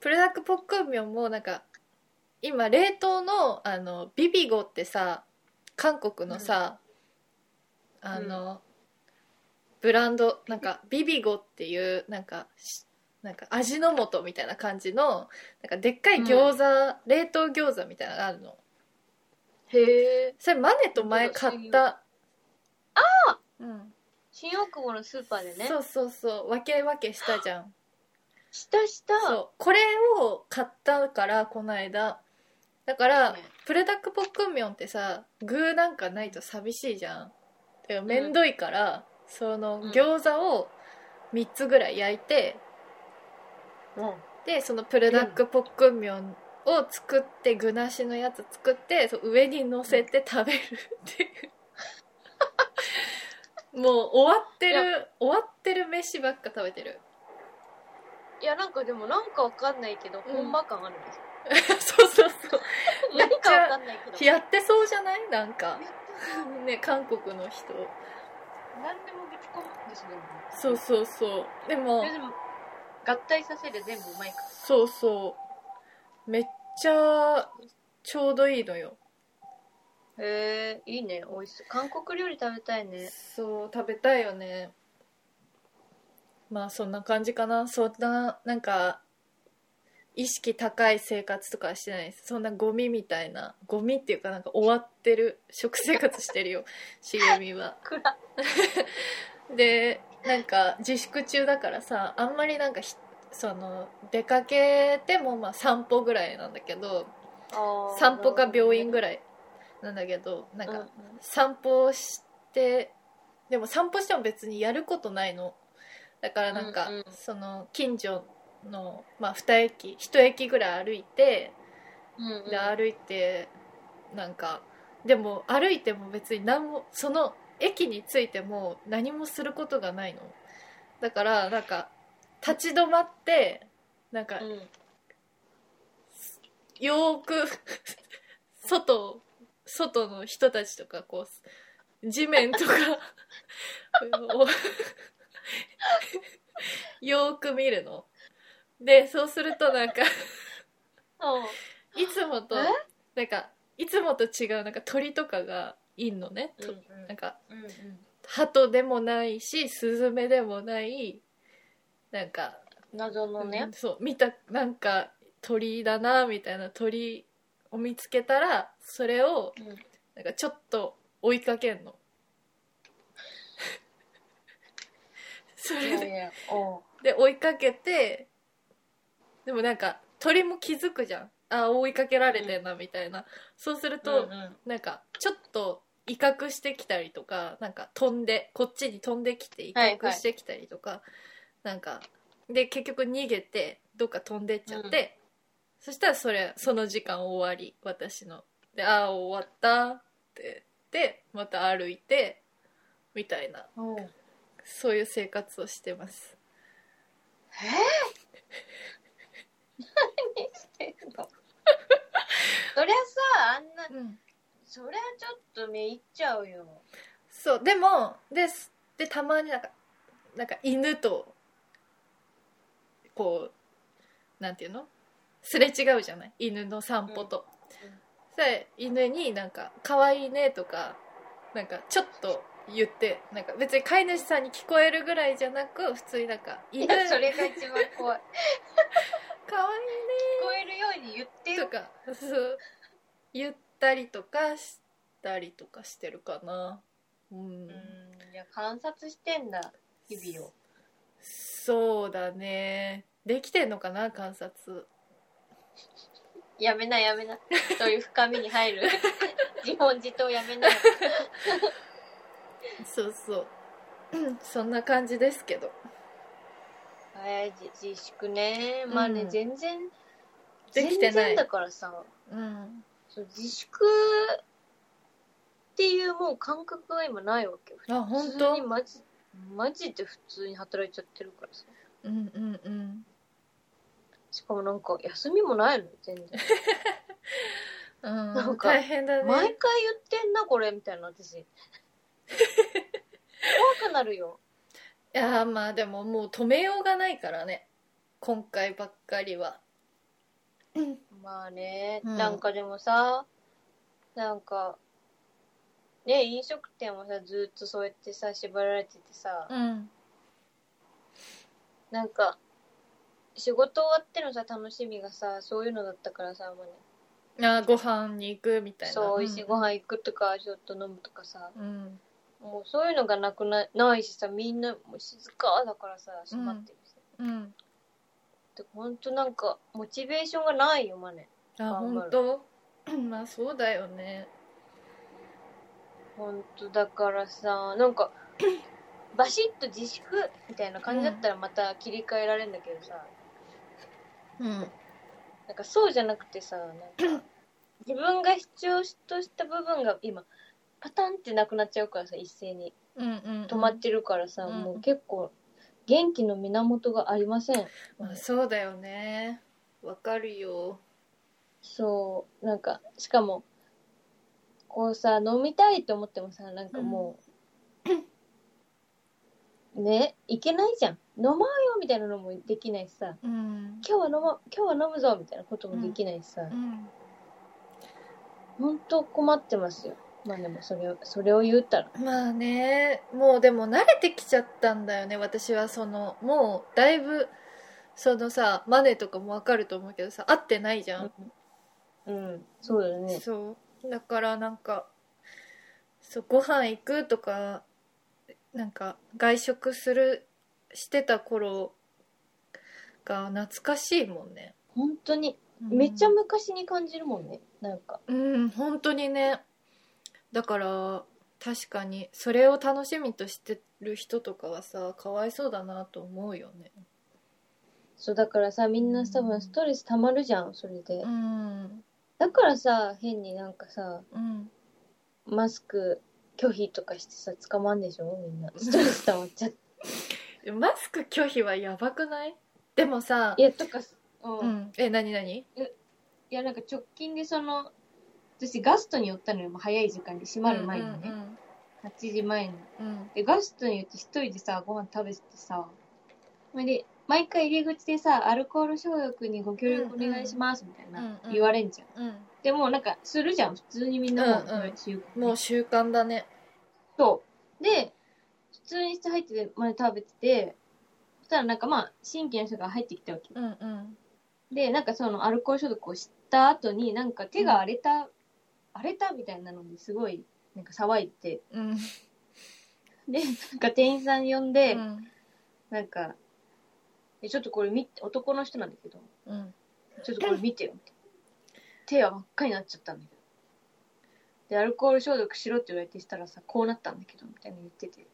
Speaker 1: プロダックポックビョもなんか今冷凍のあのビビゴってさ韓国のさ、あの、ブランドなんかビビゴっていうなんかしなんか味の素みたいな感じのなんかでっかい餃子、冷凍餃子みたいなのがあるの
Speaker 2: へえ
Speaker 1: それマネと前買ったああうん
Speaker 2: 新大久保のスーパーでね
Speaker 1: そうそうそう分け分けしたじゃん
Speaker 2: したした
Speaker 1: そうこれを買ったからこの間だから、
Speaker 2: ね
Speaker 1: プレダックポックンミョンってさ具なんかないと寂しいじゃんだからめんどいから、その
Speaker 2: うん
Speaker 1: 餃子を3つぐらい焼いて
Speaker 2: うん。
Speaker 1: でそのプルダックポックンミョンを作って具なしのやつ作ってそう上に乗せて食べるっていう もう終わって
Speaker 2: い
Speaker 1: る終わってる飯ばっか食べてる
Speaker 2: いや、なんかでも、なんかわかんないけど、
Speaker 1: うん
Speaker 2: 本場感あるん ですよ。
Speaker 1: そうそうそうめ
Speaker 2: な
Speaker 1: っ
Speaker 2: ん
Speaker 1: ち
Speaker 2: か
Speaker 1: ゃ
Speaker 2: わかんないけど。
Speaker 1: やってそうじゃないなんか
Speaker 2: やっ
Speaker 1: ね韓国の人
Speaker 2: 何でもぶち込むんですね。
Speaker 1: そうそうそうでも
Speaker 2: でも、合体させる全部うまいから。
Speaker 1: そうそうめっちゃちょうどいいのよ
Speaker 2: へえ、いいね。美味しそう。韓国料理食べたいね。
Speaker 1: そう食べたいよねまあそんな感じかなそんななんか意識高い生活とかはしてないですそんなゴミみたいなゴミっていうかなんか終わってる食生活してるよ茂みは
Speaker 2: 暗
Speaker 1: でなんか自粛中だからさあんまりなんかひその出かけてもまあ散歩ぐらいなんだけど散歩か病院ぐ
Speaker 2: らい。
Speaker 1: らいなんだけどなん
Speaker 2: う
Speaker 1: か
Speaker 2: ん
Speaker 1: 散歩をしてでも散歩しても別にやることないのだからなんか、
Speaker 2: うんうん
Speaker 1: その近所の、まあ、2駅1駅ぐらい歩いて
Speaker 2: うんうん
Speaker 1: で歩いてなんかでも歩いても別に何もその駅に着いても何もすることがないのだからなんか立ち止まってなんか
Speaker 2: うん
Speaker 1: よーく外を外の人たちとかこう地面とか をよーく見るのでそうするとなんかいつもと
Speaker 2: え
Speaker 1: なんかいつもと違うなんか鳥とかがいんのね、と
Speaker 2: うんうん
Speaker 1: なんか
Speaker 2: うんうん
Speaker 1: 鳩でもないしスズメでもないなんか
Speaker 2: 謎のね
Speaker 1: うん。そう見たなんか鳥だなみたいな鳥を見つけたらそれを
Speaker 2: うん
Speaker 1: なんかちょっと追いかけんの そ
Speaker 2: い
Speaker 1: れ
Speaker 2: や
Speaker 1: で
Speaker 2: いやおう
Speaker 1: で追いかけてでもなんか鳥も気づくじゃんあ追いかけられてんなみたいな、そうすると、
Speaker 2: うんうん
Speaker 1: なんかちょっと威嚇してきたりとかなんか飛んでこっちに飛んできて威嚇してきたりとか、なんかで結局逃げてどっか飛んでっちゃって、そしたらそれその時間終わり私のでああ終わったってでまた歩いてみたいな
Speaker 2: おう
Speaker 1: そういう生活をしてます
Speaker 2: 何してんのそりゃさあんな
Speaker 1: うん
Speaker 2: そりゃちょっとめいっちゃうよ
Speaker 1: そうでもですでたまになんかなんか犬とこうなんていうのすれ違うじゃない犬の散歩と、
Speaker 2: うんうん
Speaker 1: それ犬になんか「可愛いね」とかなんかちょっと言ってなんか別に飼い主さんに聞こえるぐらいじゃなく普通になんか「
Speaker 2: い
Speaker 1: 犬可愛
Speaker 2: や それが一番怖い聞こえるように言って
Speaker 1: いね」と
Speaker 2: よ
Speaker 1: かそう言ったりとかしたりとかしてるかな
Speaker 2: うーんいや観察してんだ日々を
Speaker 1: そうだねできてんのかな観察
Speaker 2: やめなやめなそういう深みに入 る自問自答やめなよ
Speaker 1: そう そううんそんな感じですけど
Speaker 2: えー、じ自粛ねまあね、
Speaker 1: うん
Speaker 2: 全然
Speaker 1: できて
Speaker 2: 全
Speaker 1: ない
Speaker 2: 然だからさ
Speaker 1: うん
Speaker 2: そう自粛っていうもう感覚が今ないわけよ
Speaker 1: あ本
Speaker 2: 普
Speaker 1: 当
Speaker 2: 通にマジマジで普通に働いちゃってるからさ
Speaker 1: うんうんうん
Speaker 2: しかもなんか休みもないの全然
Speaker 1: うん
Speaker 2: んか
Speaker 1: 大変だ
Speaker 2: 毎
Speaker 1: ね
Speaker 2: 回言ってんなこれみたい な私怖くなるよ
Speaker 1: いやーまあでももう止めようがないからね今回ばっかりは
Speaker 2: まあね、
Speaker 1: うん
Speaker 2: なんかでもさなんかね飲食店もさずっとそうやってさ縛られててさ、
Speaker 1: ん
Speaker 2: なんか仕事終わってのさ楽しみがさそういうのだったからさもうね
Speaker 1: あーご飯に行くみたいな
Speaker 2: そう美味しいご
Speaker 1: 飯
Speaker 2: 飯行くとかちょっと飲むとかさ
Speaker 1: うん
Speaker 2: もうそういうのがなくなないしさみんなもう静かだからさ閉まってるし、
Speaker 1: うん
Speaker 2: でほんとなんかモチベーションがないよマネ
Speaker 1: あ
Speaker 2: 頑張
Speaker 1: 本
Speaker 2: る
Speaker 1: 当 まあそうだよね
Speaker 2: ほんとだからさなんか バシッと自粛みたいな感じだったらまた切り替えられるんだけどさ、
Speaker 1: うん
Speaker 2: なんかそうじゃなくてさ、なんか自分が必要とした部分が今、パタンってなくなっちゃうからさ、一斉に。
Speaker 1: うんうん
Speaker 2: 止まってるからさ、
Speaker 1: うん
Speaker 2: もう結構、元気の源がありません。
Speaker 1: まあそうだよねわかるよ
Speaker 2: そう、なんか、しかも、こうさ、飲みたいと思ってもさ、なんかもう、ね、いけないじゃん。飲まうよみたいなのもできないしさ、
Speaker 1: うん
Speaker 2: 今日は飲ま、今日は飲むぞみたいなこともできないしさ、
Speaker 1: うん
Speaker 2: ほんと困ってますよ。まあでもそれを、それを言ったら。
Speaker 1: まあねもうでも慣れてきちゃったんだよね私はそのもうだいぶそのさマネとかもわかると思うけどさ合ってないじゃん、
Speaker 2: うん、そうだよね。
Speaker 1: そうだからなんかそうご飯行くとかなんか外食するしてた頃が懐かしいもんね、
Speaker 2: 本当に、
Speaker 1: うん
Speaker 2: めっちゃ昔に感じるもんね。なんか、
Speaker 1: うん本当にねだから確かにそれを楽しみとしてる人とかはさかわいそうだなと思うよね
Speaker 2: そうだからさ、みんな多分ストレス溜まるじゃん、それで
Speaker 1: う。ん
Speaker 2: だからさ、変になんかさ、
Speaker 1: うん
Speaker 2: マスク拒否とかしてさ、捕まんでしょみんな。ストレス溜まっちゃって。
Speaker 1: マスク拒否はやばくないでもさ
Speaker 2: いや、とか、うん。
Speaker 1: うん、え何何
Speaker 2: いや、なんか直近でその、私ガストに寄ったのよ、もう早い時間で、閉まる前にね。
Speaker 1: うん
Speaker 2: 8時前に。
Speaker 1: うんうん
Speaker 2: で、ガストに寄って一人でさ、ご飯食べててさ、それで、毎回入り口でさ、アルコール消毒にご協力お願いします、みたいな、
Speaker 1: うんうん
Speaker 2: 言われんじゃん。
Speaker 1: うんうん
Speaker 2: でもなんか、するじゃん、普通にみんなもう、
Speaker 1: うんうん
Speaker 2: それ習慣
Speaker 1: もう習慣だね。
Speaker 2: そう。で、普通にして入ってて、まで食べてて、そしたらなんかまあ、新規の人が入ってきたわけ。
Speaker 1: うんうん。
Speaker 2: で、なんかそのアルコール消毒をした後に、なんか手が荒れた、荒れたみたいなのにすごい、なんか騒いで、
Speaker 1: うん。
Speaker 2: で、なんか店員さん呼んで、
Speaker 1: うん
Speaker 2: なんか、えちょっとこれ見て、男の人なんだけど、
Speaker 1: うん。
Speaker 2: ちょっとこれ見てよ、みたいな。手が真っ赤になっちゃったんだけど。で、アルコール消毒しろって言われてしたらさ、こうなったんだけど、みたいに言ってて。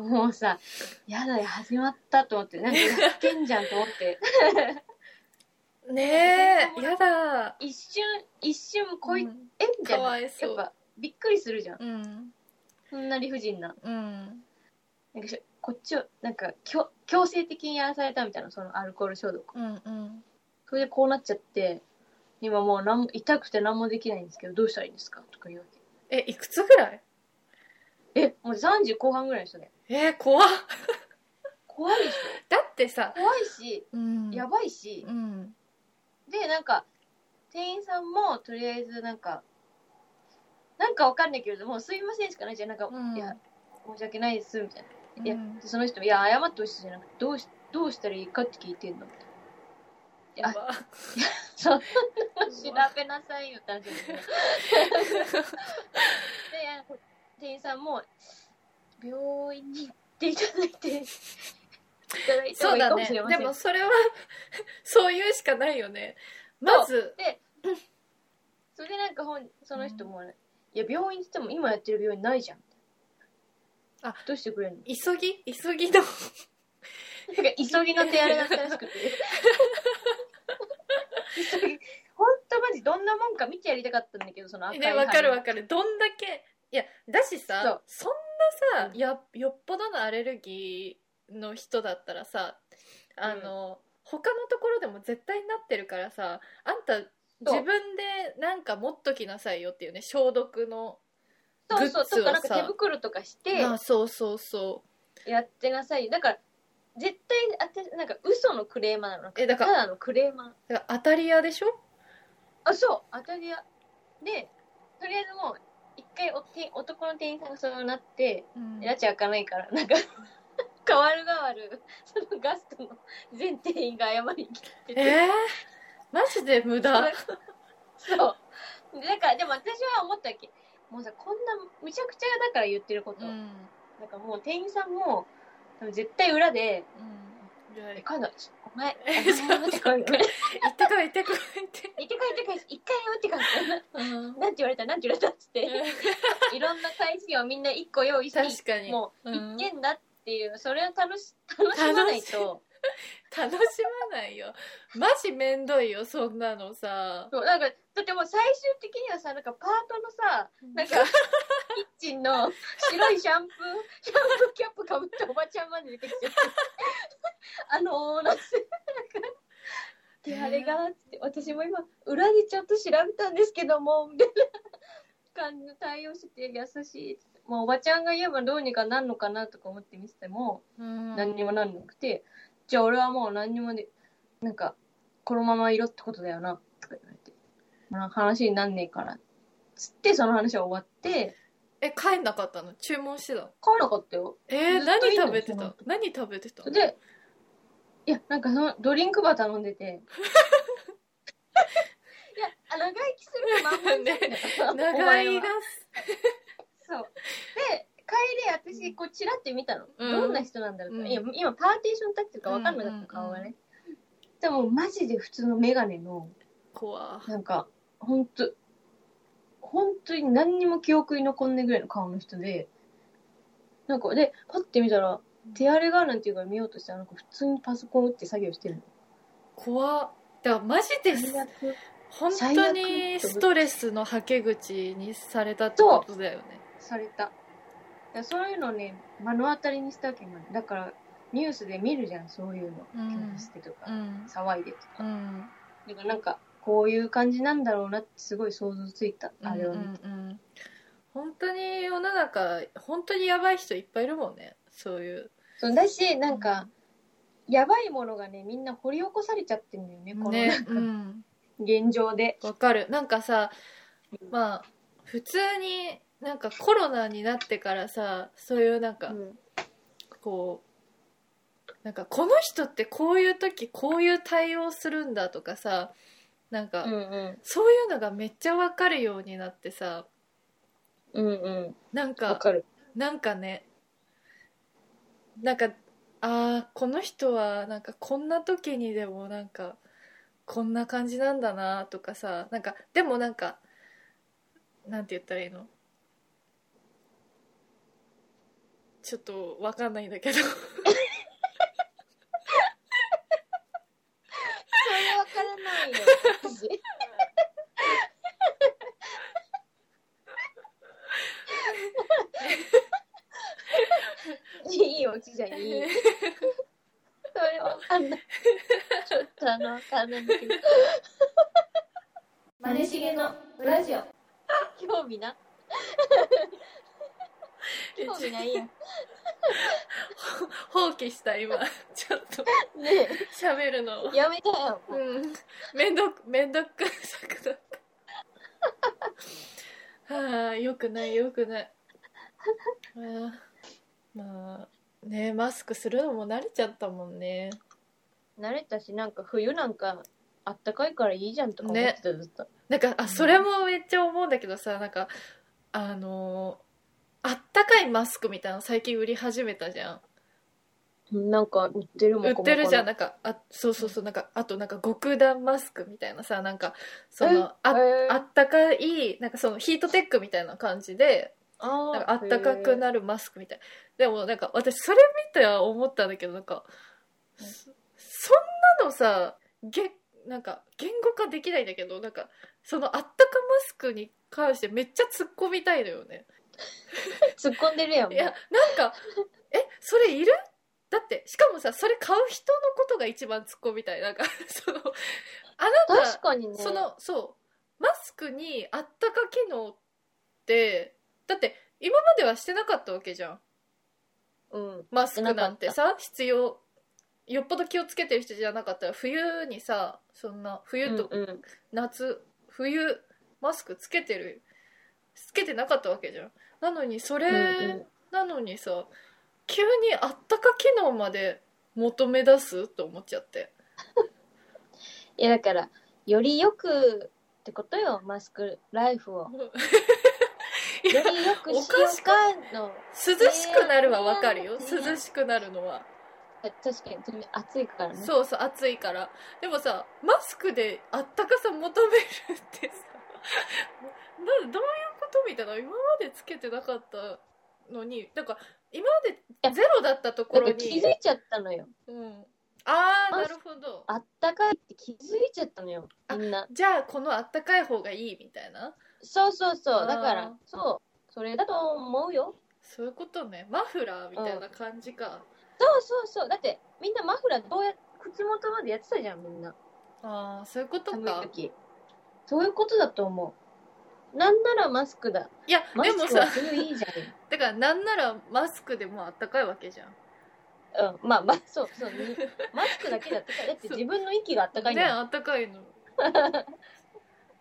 Speaker 2: もうさ、やだよ、始まったと思って、なんかやってんじゃんと思って。
Speaker 1: ねえ、やだ。
Speaker 2: 一瞬、一瞬、こい、
Speaker 1: うん
Speaker 2: えみたい
Speaker 1: か
Speaker 2: な。
Speaker 1: わ
Speaker 2: や
Speaker 1: いそう
Speaker 2: っぱ、びっくりするじゃん。
Speaker 1: うん。
Speaker 2: そんな理不尽な。
Speaker 1: うん。
Speaker 2: なんかしこっちを、なんか、強強制的にやらされたみたいな、そのアルコール消毒。
Speaker 1: うんうん。
Speaker 2: それでこうなっちゃって、今もうなんも痛くて何もできないんですけど、どうしたらいいんですかとか言うわ
Speaker 1: え、いくつぐらい
Speaker 2: け。え、もう30後半ぐらいの人ね。
Speaker 1: えー、怖っ
Speaker 2: 怖いし、
Speaker 1: だってさ、
Speaker 2: 怖いし、
Speaker 1: うん
Speaker 2: やばいし
Speaker 1: う。ん。
Speaker 2: で、なんか、店員さんも、とりあえずなんか、なんかわかんないけれども、すいませんしかないじゃん。なんか、
Speaker 1: うん
Speaker 2: いや、申し訳ないです、みたいな。いや、
Speaker 1: うん
Speaker 2: でその人も、いや、謝ってほしいじゃなくて、どうし、どうしたらいいかって聞いてんの。
Speaker 1: やば。
Speaker 2: そんなの調べなさいよって話ですよで、店員さんも、病院に行っていただいて、いただいた
Speaker 1: そ
Speaker 2: 方
Speaker 1: う
Speaker 2: が
Speaker 1: だ
Speaker 2: いいかも
Speaker 1: ね
Speaker 2: しれ。ま
Speaker 1: で
Speaker 2: せん。
Speaker 1: もそれは、そういうしかないよね。まず、
Speaker 2: それでなんか本、その人も、いや、病院って言っても今やってる病院ないじゃん。
Speaker 1: あ
Speaker 2: どうしてくれるの
Speaker 1: 急ぎ急ぎの。
Speaker 2: なんか急ぎの手荒れだったらしくて。 急ぎ。本当マジどんなもんか見てやりたかったんだけど、その赤い
Speaker 1: ね、
Speaker 2: 花
Speaker 1: わかるわかる。どんだけ。いや、だしさ、そんなさ
Speaker 2: う、ん
Speaker 1: や、よっぽどのアレルギーの人だったらさ、あの、他のところでも絶対なってるからさ、あんた、
Speaker 2: そう
Speaker 1: 自分でなんか持っときなさいよっていうね、消毒の。
Speaker 2: そうそ
Speaker 1: グ
Speaker 2: う、
Speaker 1: ッズを
Speaker 2: とかなんか
Speaker 1: さ
Speaker 2: 手袋とかして、
Speaker 1: あ、そうそうそ
Speaker 2: やってなさいよだから絶対あてなんか嘘のクレーマーなの
Speaker 1: えだから
Speaker 2: ただのクレーマー
Speaker 1: う。だから当たり屋でしょ
Speaker 2: あそう当たり屋でとりあえずもう一回おて男の店員さんがそうなって
Speaker 1: うん
Speaker 2: 拉致開かないからなんか 変わる変わるそのガストの全店員が謝りに来てて、
Speaker 1: えー、マジで無駄。
Speaker 2: そうでだからでも私は思ったわけもうさこんなむちゃくちゃだから言ってること、
Speaker 1: うん。
Speaker 2: なんかもう店員さんも多分絶対裏で
Speaker 1: うんは
Speaker 2: え
Speaker 1: い
Speaker 2: 今度、ちょお前、お
Speaker 1: え
Speaker 2: 前
Speaker 1: そう
Speaker 2: 持ってこい。行ってこい、
Speaker 1: 行ってこい行ってこいって
Speaker 2: 行ってこい、一回持ってこい。なんて言われた、なんて言われたっつって、いろんな返しをみんな一個用意して、
Speaker 1: 確かに
Speaker 2: もう、
Speaker 1: うん
Speaker 2: 一点だっていう、それを楽し、楽しまないと。
Speaker 1: 楽しまないよマジめんどいよそんなのさ
Speaker 2: そう、なんか、だってもう最終的にはさ、なんかパートのさ、なんか、キッチンの白いシャンプー、シャンプーキャップかぶったおばちゃんまで出てきちゃって、あのー、なんて、なんか、で、あれが、つって、私も今、裏でちゃんと調べたんですけども、みたいな感じの対応してて、優しいっつって。まあ、おばちゃんが言えばどうにかなんのかなとか思って見せても、
Speaker 1: うん
Speaker 2: 何にもなんなくて、じゃあ俺はもう何にもで、なんか、このままいろってことだよな、とか言われて、まあ、話になんねえから、つってその話は終わって、
Speaker 1: え帰んなかったの注文してたの
Speaker 2: 買わなかったよ。
Speaker 1: えー、
Speaker 2: ずっと
Speaker 1: 何
Speaker 2: いいの
Speaker 1: 食べて
Speaker 2: その
Speaker 1: た何食べてた
Speaker 2: で、いや、なんかそのドリンクバー頼ん でて。いや、あ長生きするまんまにしてんだ よお
Speaker 1: 長
Speaker 2: 前
Speaker 1: い
Speaker 2: は
Speaker 1: が
Speaker 2: そう。で、帰り私、こう、ちらって見たの。
Speaker 1: うん
Speaker 2: どんな人なんだろうと、
Speaker 1: うん
Speaker 2: いや、今、パーテーション立ってるか分かんなかった顔がね。でも、マジで普通のメガネの、
Speaker 1: 怖
Speaker 2: なんか、ほんと、本当に何にも記憶に残んないぐらいの顔の人で、なんか、で、パッて見たら、手荒れがあるなんていうから見ようとしたら、なんか普通にパソコン打って作業してるの。
Speaker 1: 怖だからマジで
Speaker 2: 最悪
Speaker 1: 本
Speaker 2: 最
Speaker 1: 当
Speaker 2: 悪
Speaker 1: にストレスのはけ口にされたってことだよね
Speaker 2: された。だからそういうのね、目の当たりにしたわけなんだから、ニュースで見るじゃん、そういうの。
Speaker 1: うん
Speaker 2: 気をつけとか、
Speaker 1: うん
Speaker 2: 騒いでとか。
Speaker 1: うん
Speaker 2: だからなんか、こういう感じなんだろうなってすごい想像ついた、あれを
Speaker 1: うん
Speaker 2: 見
Speaker 1: う
Speaker 2: て。
Speaker 1: んうん本当に世の中本当にやばい人いっぱいいるもんねそういう
Speaker 2: そうだし、なんか、やばいものがね、みんな掘り起こされちゃってんだよね、この、
Speaker 1: ねうん
Speaker 2: 現状で。
Speaker 1: わかるなんかさまあ普通になんかコロナになってからさそういうなんか
Speaker 2: うん
Speaker 1: こうなんかこの人ってこういう時こういう対応するんだとかさなんか、
Speaker 2: うん
Speaker 1: そういうのがめっちゃわかるようになってさ
Speaker 2: うんうん
Speaker 1: なん
Speaker 2: わ
Speaker 1: か
Speaker 2: かる。
Speaker 1: なんかねなんかあーこの人はなんかこんな時にでもなんかこんな感じなんだなとかさなんかでもなんかなんて言ったらいいのちょっとわかんないんだけど
Speaker 2: それわからないよ、私。いいよ、ちじゃん、いい。それわかんない。ちょっとあの、わかんないけど、
Speaker 3: マネしげの裏ジオ。
Speaker 2: 興味な。興味ないや。ね
Speaker 1: 放棄した今ちょっと喋るの
Speaker 2: え、やめたよ。
Speaker 1: うんめんどくめんどくさくなったはあよくないよくないあーまあねマスクするのも慣れちゃったもんね
Speaker 2: 慣れたし、なんか冬なんか、あったかいからいいじゃんとか思ってた、ずっと。
Speaker 1: なんかあそれもめっちゃ思うんだけどさなんかあのーあったかいマスクみたいなの最近売り始めたじゃん
Speaker 2: なんか売ってるもん
Speaker 1: 売ってるじゃんな
Speaker 2: な
Speaker 1: んかあそうそうそうなんかあとなんか極暖マスクみたいなさなんかそのああったかいなんかそのヒートテックみたいな感じでなんかあったかくなるマスクみたいでもなんか私それ見て思ったんだけどなんか
Speaker 2: うん
Speaker 1: そそんなのさげなんか言語化できないんだけどなんかそのあったかマスクに関してめっちゃ突っ込みたいのよね
Speaker 2: 突っ込んでるやん。
Speaker 1: いやなんかえそれいるだってしかもさそれ買う人のことが一番突っ込みたいなんか そのあなた
Speaker 2: 確かにね。
Speaker 1: そのそうマスクにあったか機能ってだって今まではしてなかったわけじゃん
Speaker 2: うん。
Speaker 1: マスクなんてさ必要よっぽど気をつけてる人じゃなかったら冬にさそんな冬と
Speaker 2: うんうん
Speaker 1: 夏、冬マスクつけてるつけてなかったわけじゃんなのにそれ、
Speaker 2: うん
Speaker 1: なのにさ急にあったか機能まで求め出すと思っちゃって
Speaker 2: いやだからよりよくってことよマスクライフをよ
Speaker 1: い
Speaker 2: り
Speaker 1: や
Speaker 2: よくしようかの
Speaker 1: 涼しくなるはわかるよ、
Speaker 2: えー
Speaker 1: 涼しくなるのは
Speaker 2: 確かに冷暑いからね
Speaker 1: そうそう暑いからでもさマスクであったかさ求めるってさ などういうことみたいな今までつけてなかったのになんか今までゼロだったとこ
Speaker 2: だか
Speaker 1: ろ
Speaker 2: ら気
Speaker 1: に
Speaker 2: づいちゃったのよ
Speaker 1: うん、ああなるほど
Speaker 2: あったかいって気づいちゃったのよ
Speaker 1: あ
Speaker 2: みんな
Speaker 1: じゃあこのあったかい方がいいみたいな
Speaker 2: そうそうそ
Speaker 1: あー
Speaker 2: うだからそうそれだと思うよ
Speaker 1: そういうことねマフラーみたいな感じか、
Speaker 2: そうそうそうだってみんなマフラーどうや口元までやってたじゃんみんな
Speaker 1: ああそういうこと
Speaker 2: 寒い
Speaker 1: か
Speaker 2: 時そういうことだと思うなんならマスクだ
Speaker 1: いや
Speaker 2: マ
Speaker 1: で
Speaker 2: ス
Speaker 1: も
Speaker 2: クは
Speaker 1: さ
Speaker 2: 冬いいじゃ
Speaker 1: だからなんならマスクでもあったかいわけじゃん
Speaker 2: ん、うん、まあまあそうそうにマスクだけだったからだって
Speaker 1: そう
Speaker 2: 自分の息があったかいん
Speaker 1: ね
Speaker 2: だもん
Speaker 1: あったかいの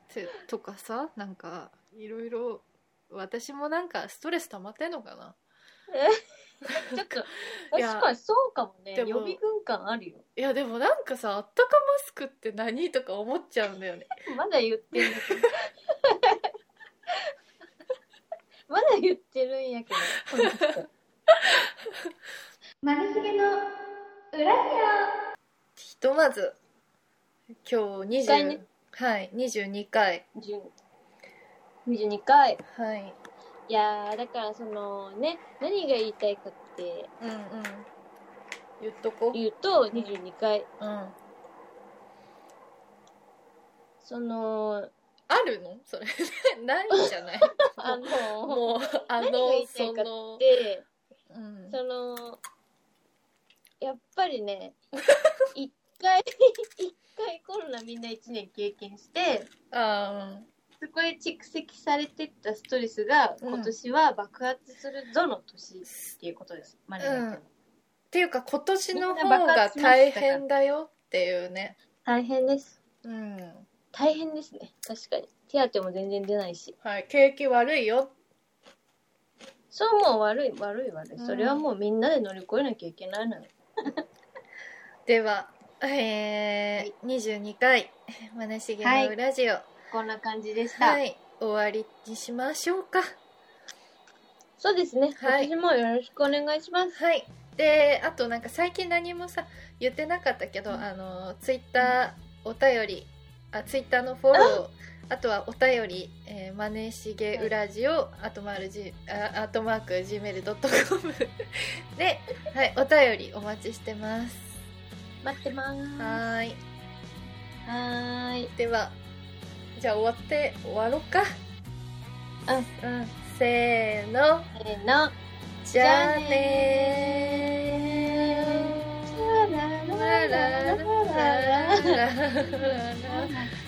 Speaker 1: てとかさなんかいろいろ私もなんかストレス溜まってんのかな
Speaker 2: ちょっと
Speaker 1: いや
Speaker 2: 確かにそうかもね
Speaker 1: でも
Speaker 2: 予備軍感あるよ
Speaker 1: いやでもなんかさあったかマスクって何とか思っちゃうんだよね
Speaker 2: まだ言ってるまだ言ってるんやけどこの人
Speaker 3: マルヒゲの裏
Speaker 1: ひとまず今日
Speaker 2: 一
Speaker 1: 20、
Speaker 2: 回ね
Speaker 1: はい22回
Speaker 2: 10 22回
Speaker 1: はい
Speaker 2: いやーだからそのね何が言いたいかって
Speaker 1: うんうん言っとこ
Speaker 2: 言うと22回
Speaker 1: う、うん、あ
Speaker 2: その
Speaker 1: るのそれ ないじ ゃない
Speaker 2: あの
Speaker 1: もうあの
Speaker 2: 何が言いた
Speaker 1: そ
Speaker 2: いかっ
Speaker 1: の、
Speaker 2: で
Speaker 1: うん、
Speaker 2: そのやっぱり ね一回一回コロナみんな1年経験して
Speaker 1: あ
Speaker 2: そこで蓄積されてったストレスが
Speaker 1: うん
Speaker 2: 今年は爆発するぞの年っていうことです、マリナちゃ
Speaker 1: う
Speaker 2: ん
Speaker 1: んっていうか今年の方が大変だよっていうね
Speaker 2: 大変です
Speaker 1: うん
Speaker 2: 大変ですね確かに手当も全然出ないし
Speaker 1: はい景気悪いよ
Speaker 2: そうもう悪い悪い悪い
Speaker 1: うん
Speaker 2: それはもうみんなで乗り越えなきゃいけないのよ、
Speaker 1: ではえー、22回「まなしげのラジオ」はい、
Speaker 2: こんな感じでした、
Speaker 1: 終わりにしましょうか
Speaker 2: そうですね、
Speaker 1: はい
Speaker 2: 私もよろしくお願いします
Speaker 1: はいであとなんか最近何もさ言ってなかったけど、あのツイッターお便りあツイッターのフォローあとはお便り、えー、マネしげうらじを、あとマルジ、あ、あとマーク、gmail.com で、はい、お便りお待ちしてます。
Speaker 2: 待ってまーす
Speaker 1: は
Speaker 2: は
Speaker 1: ーい。
Speaker 2: ーい
Speaker 1: では、じゃあ終わって、終わろうか。うん。うん。せーの。
Speaker 2: せーの
Speaker 1: じゃあねー。
Speaker 2: ララララララ
Speaker 1: la
Speaker 2: ララ
Speaker 1: la la la la.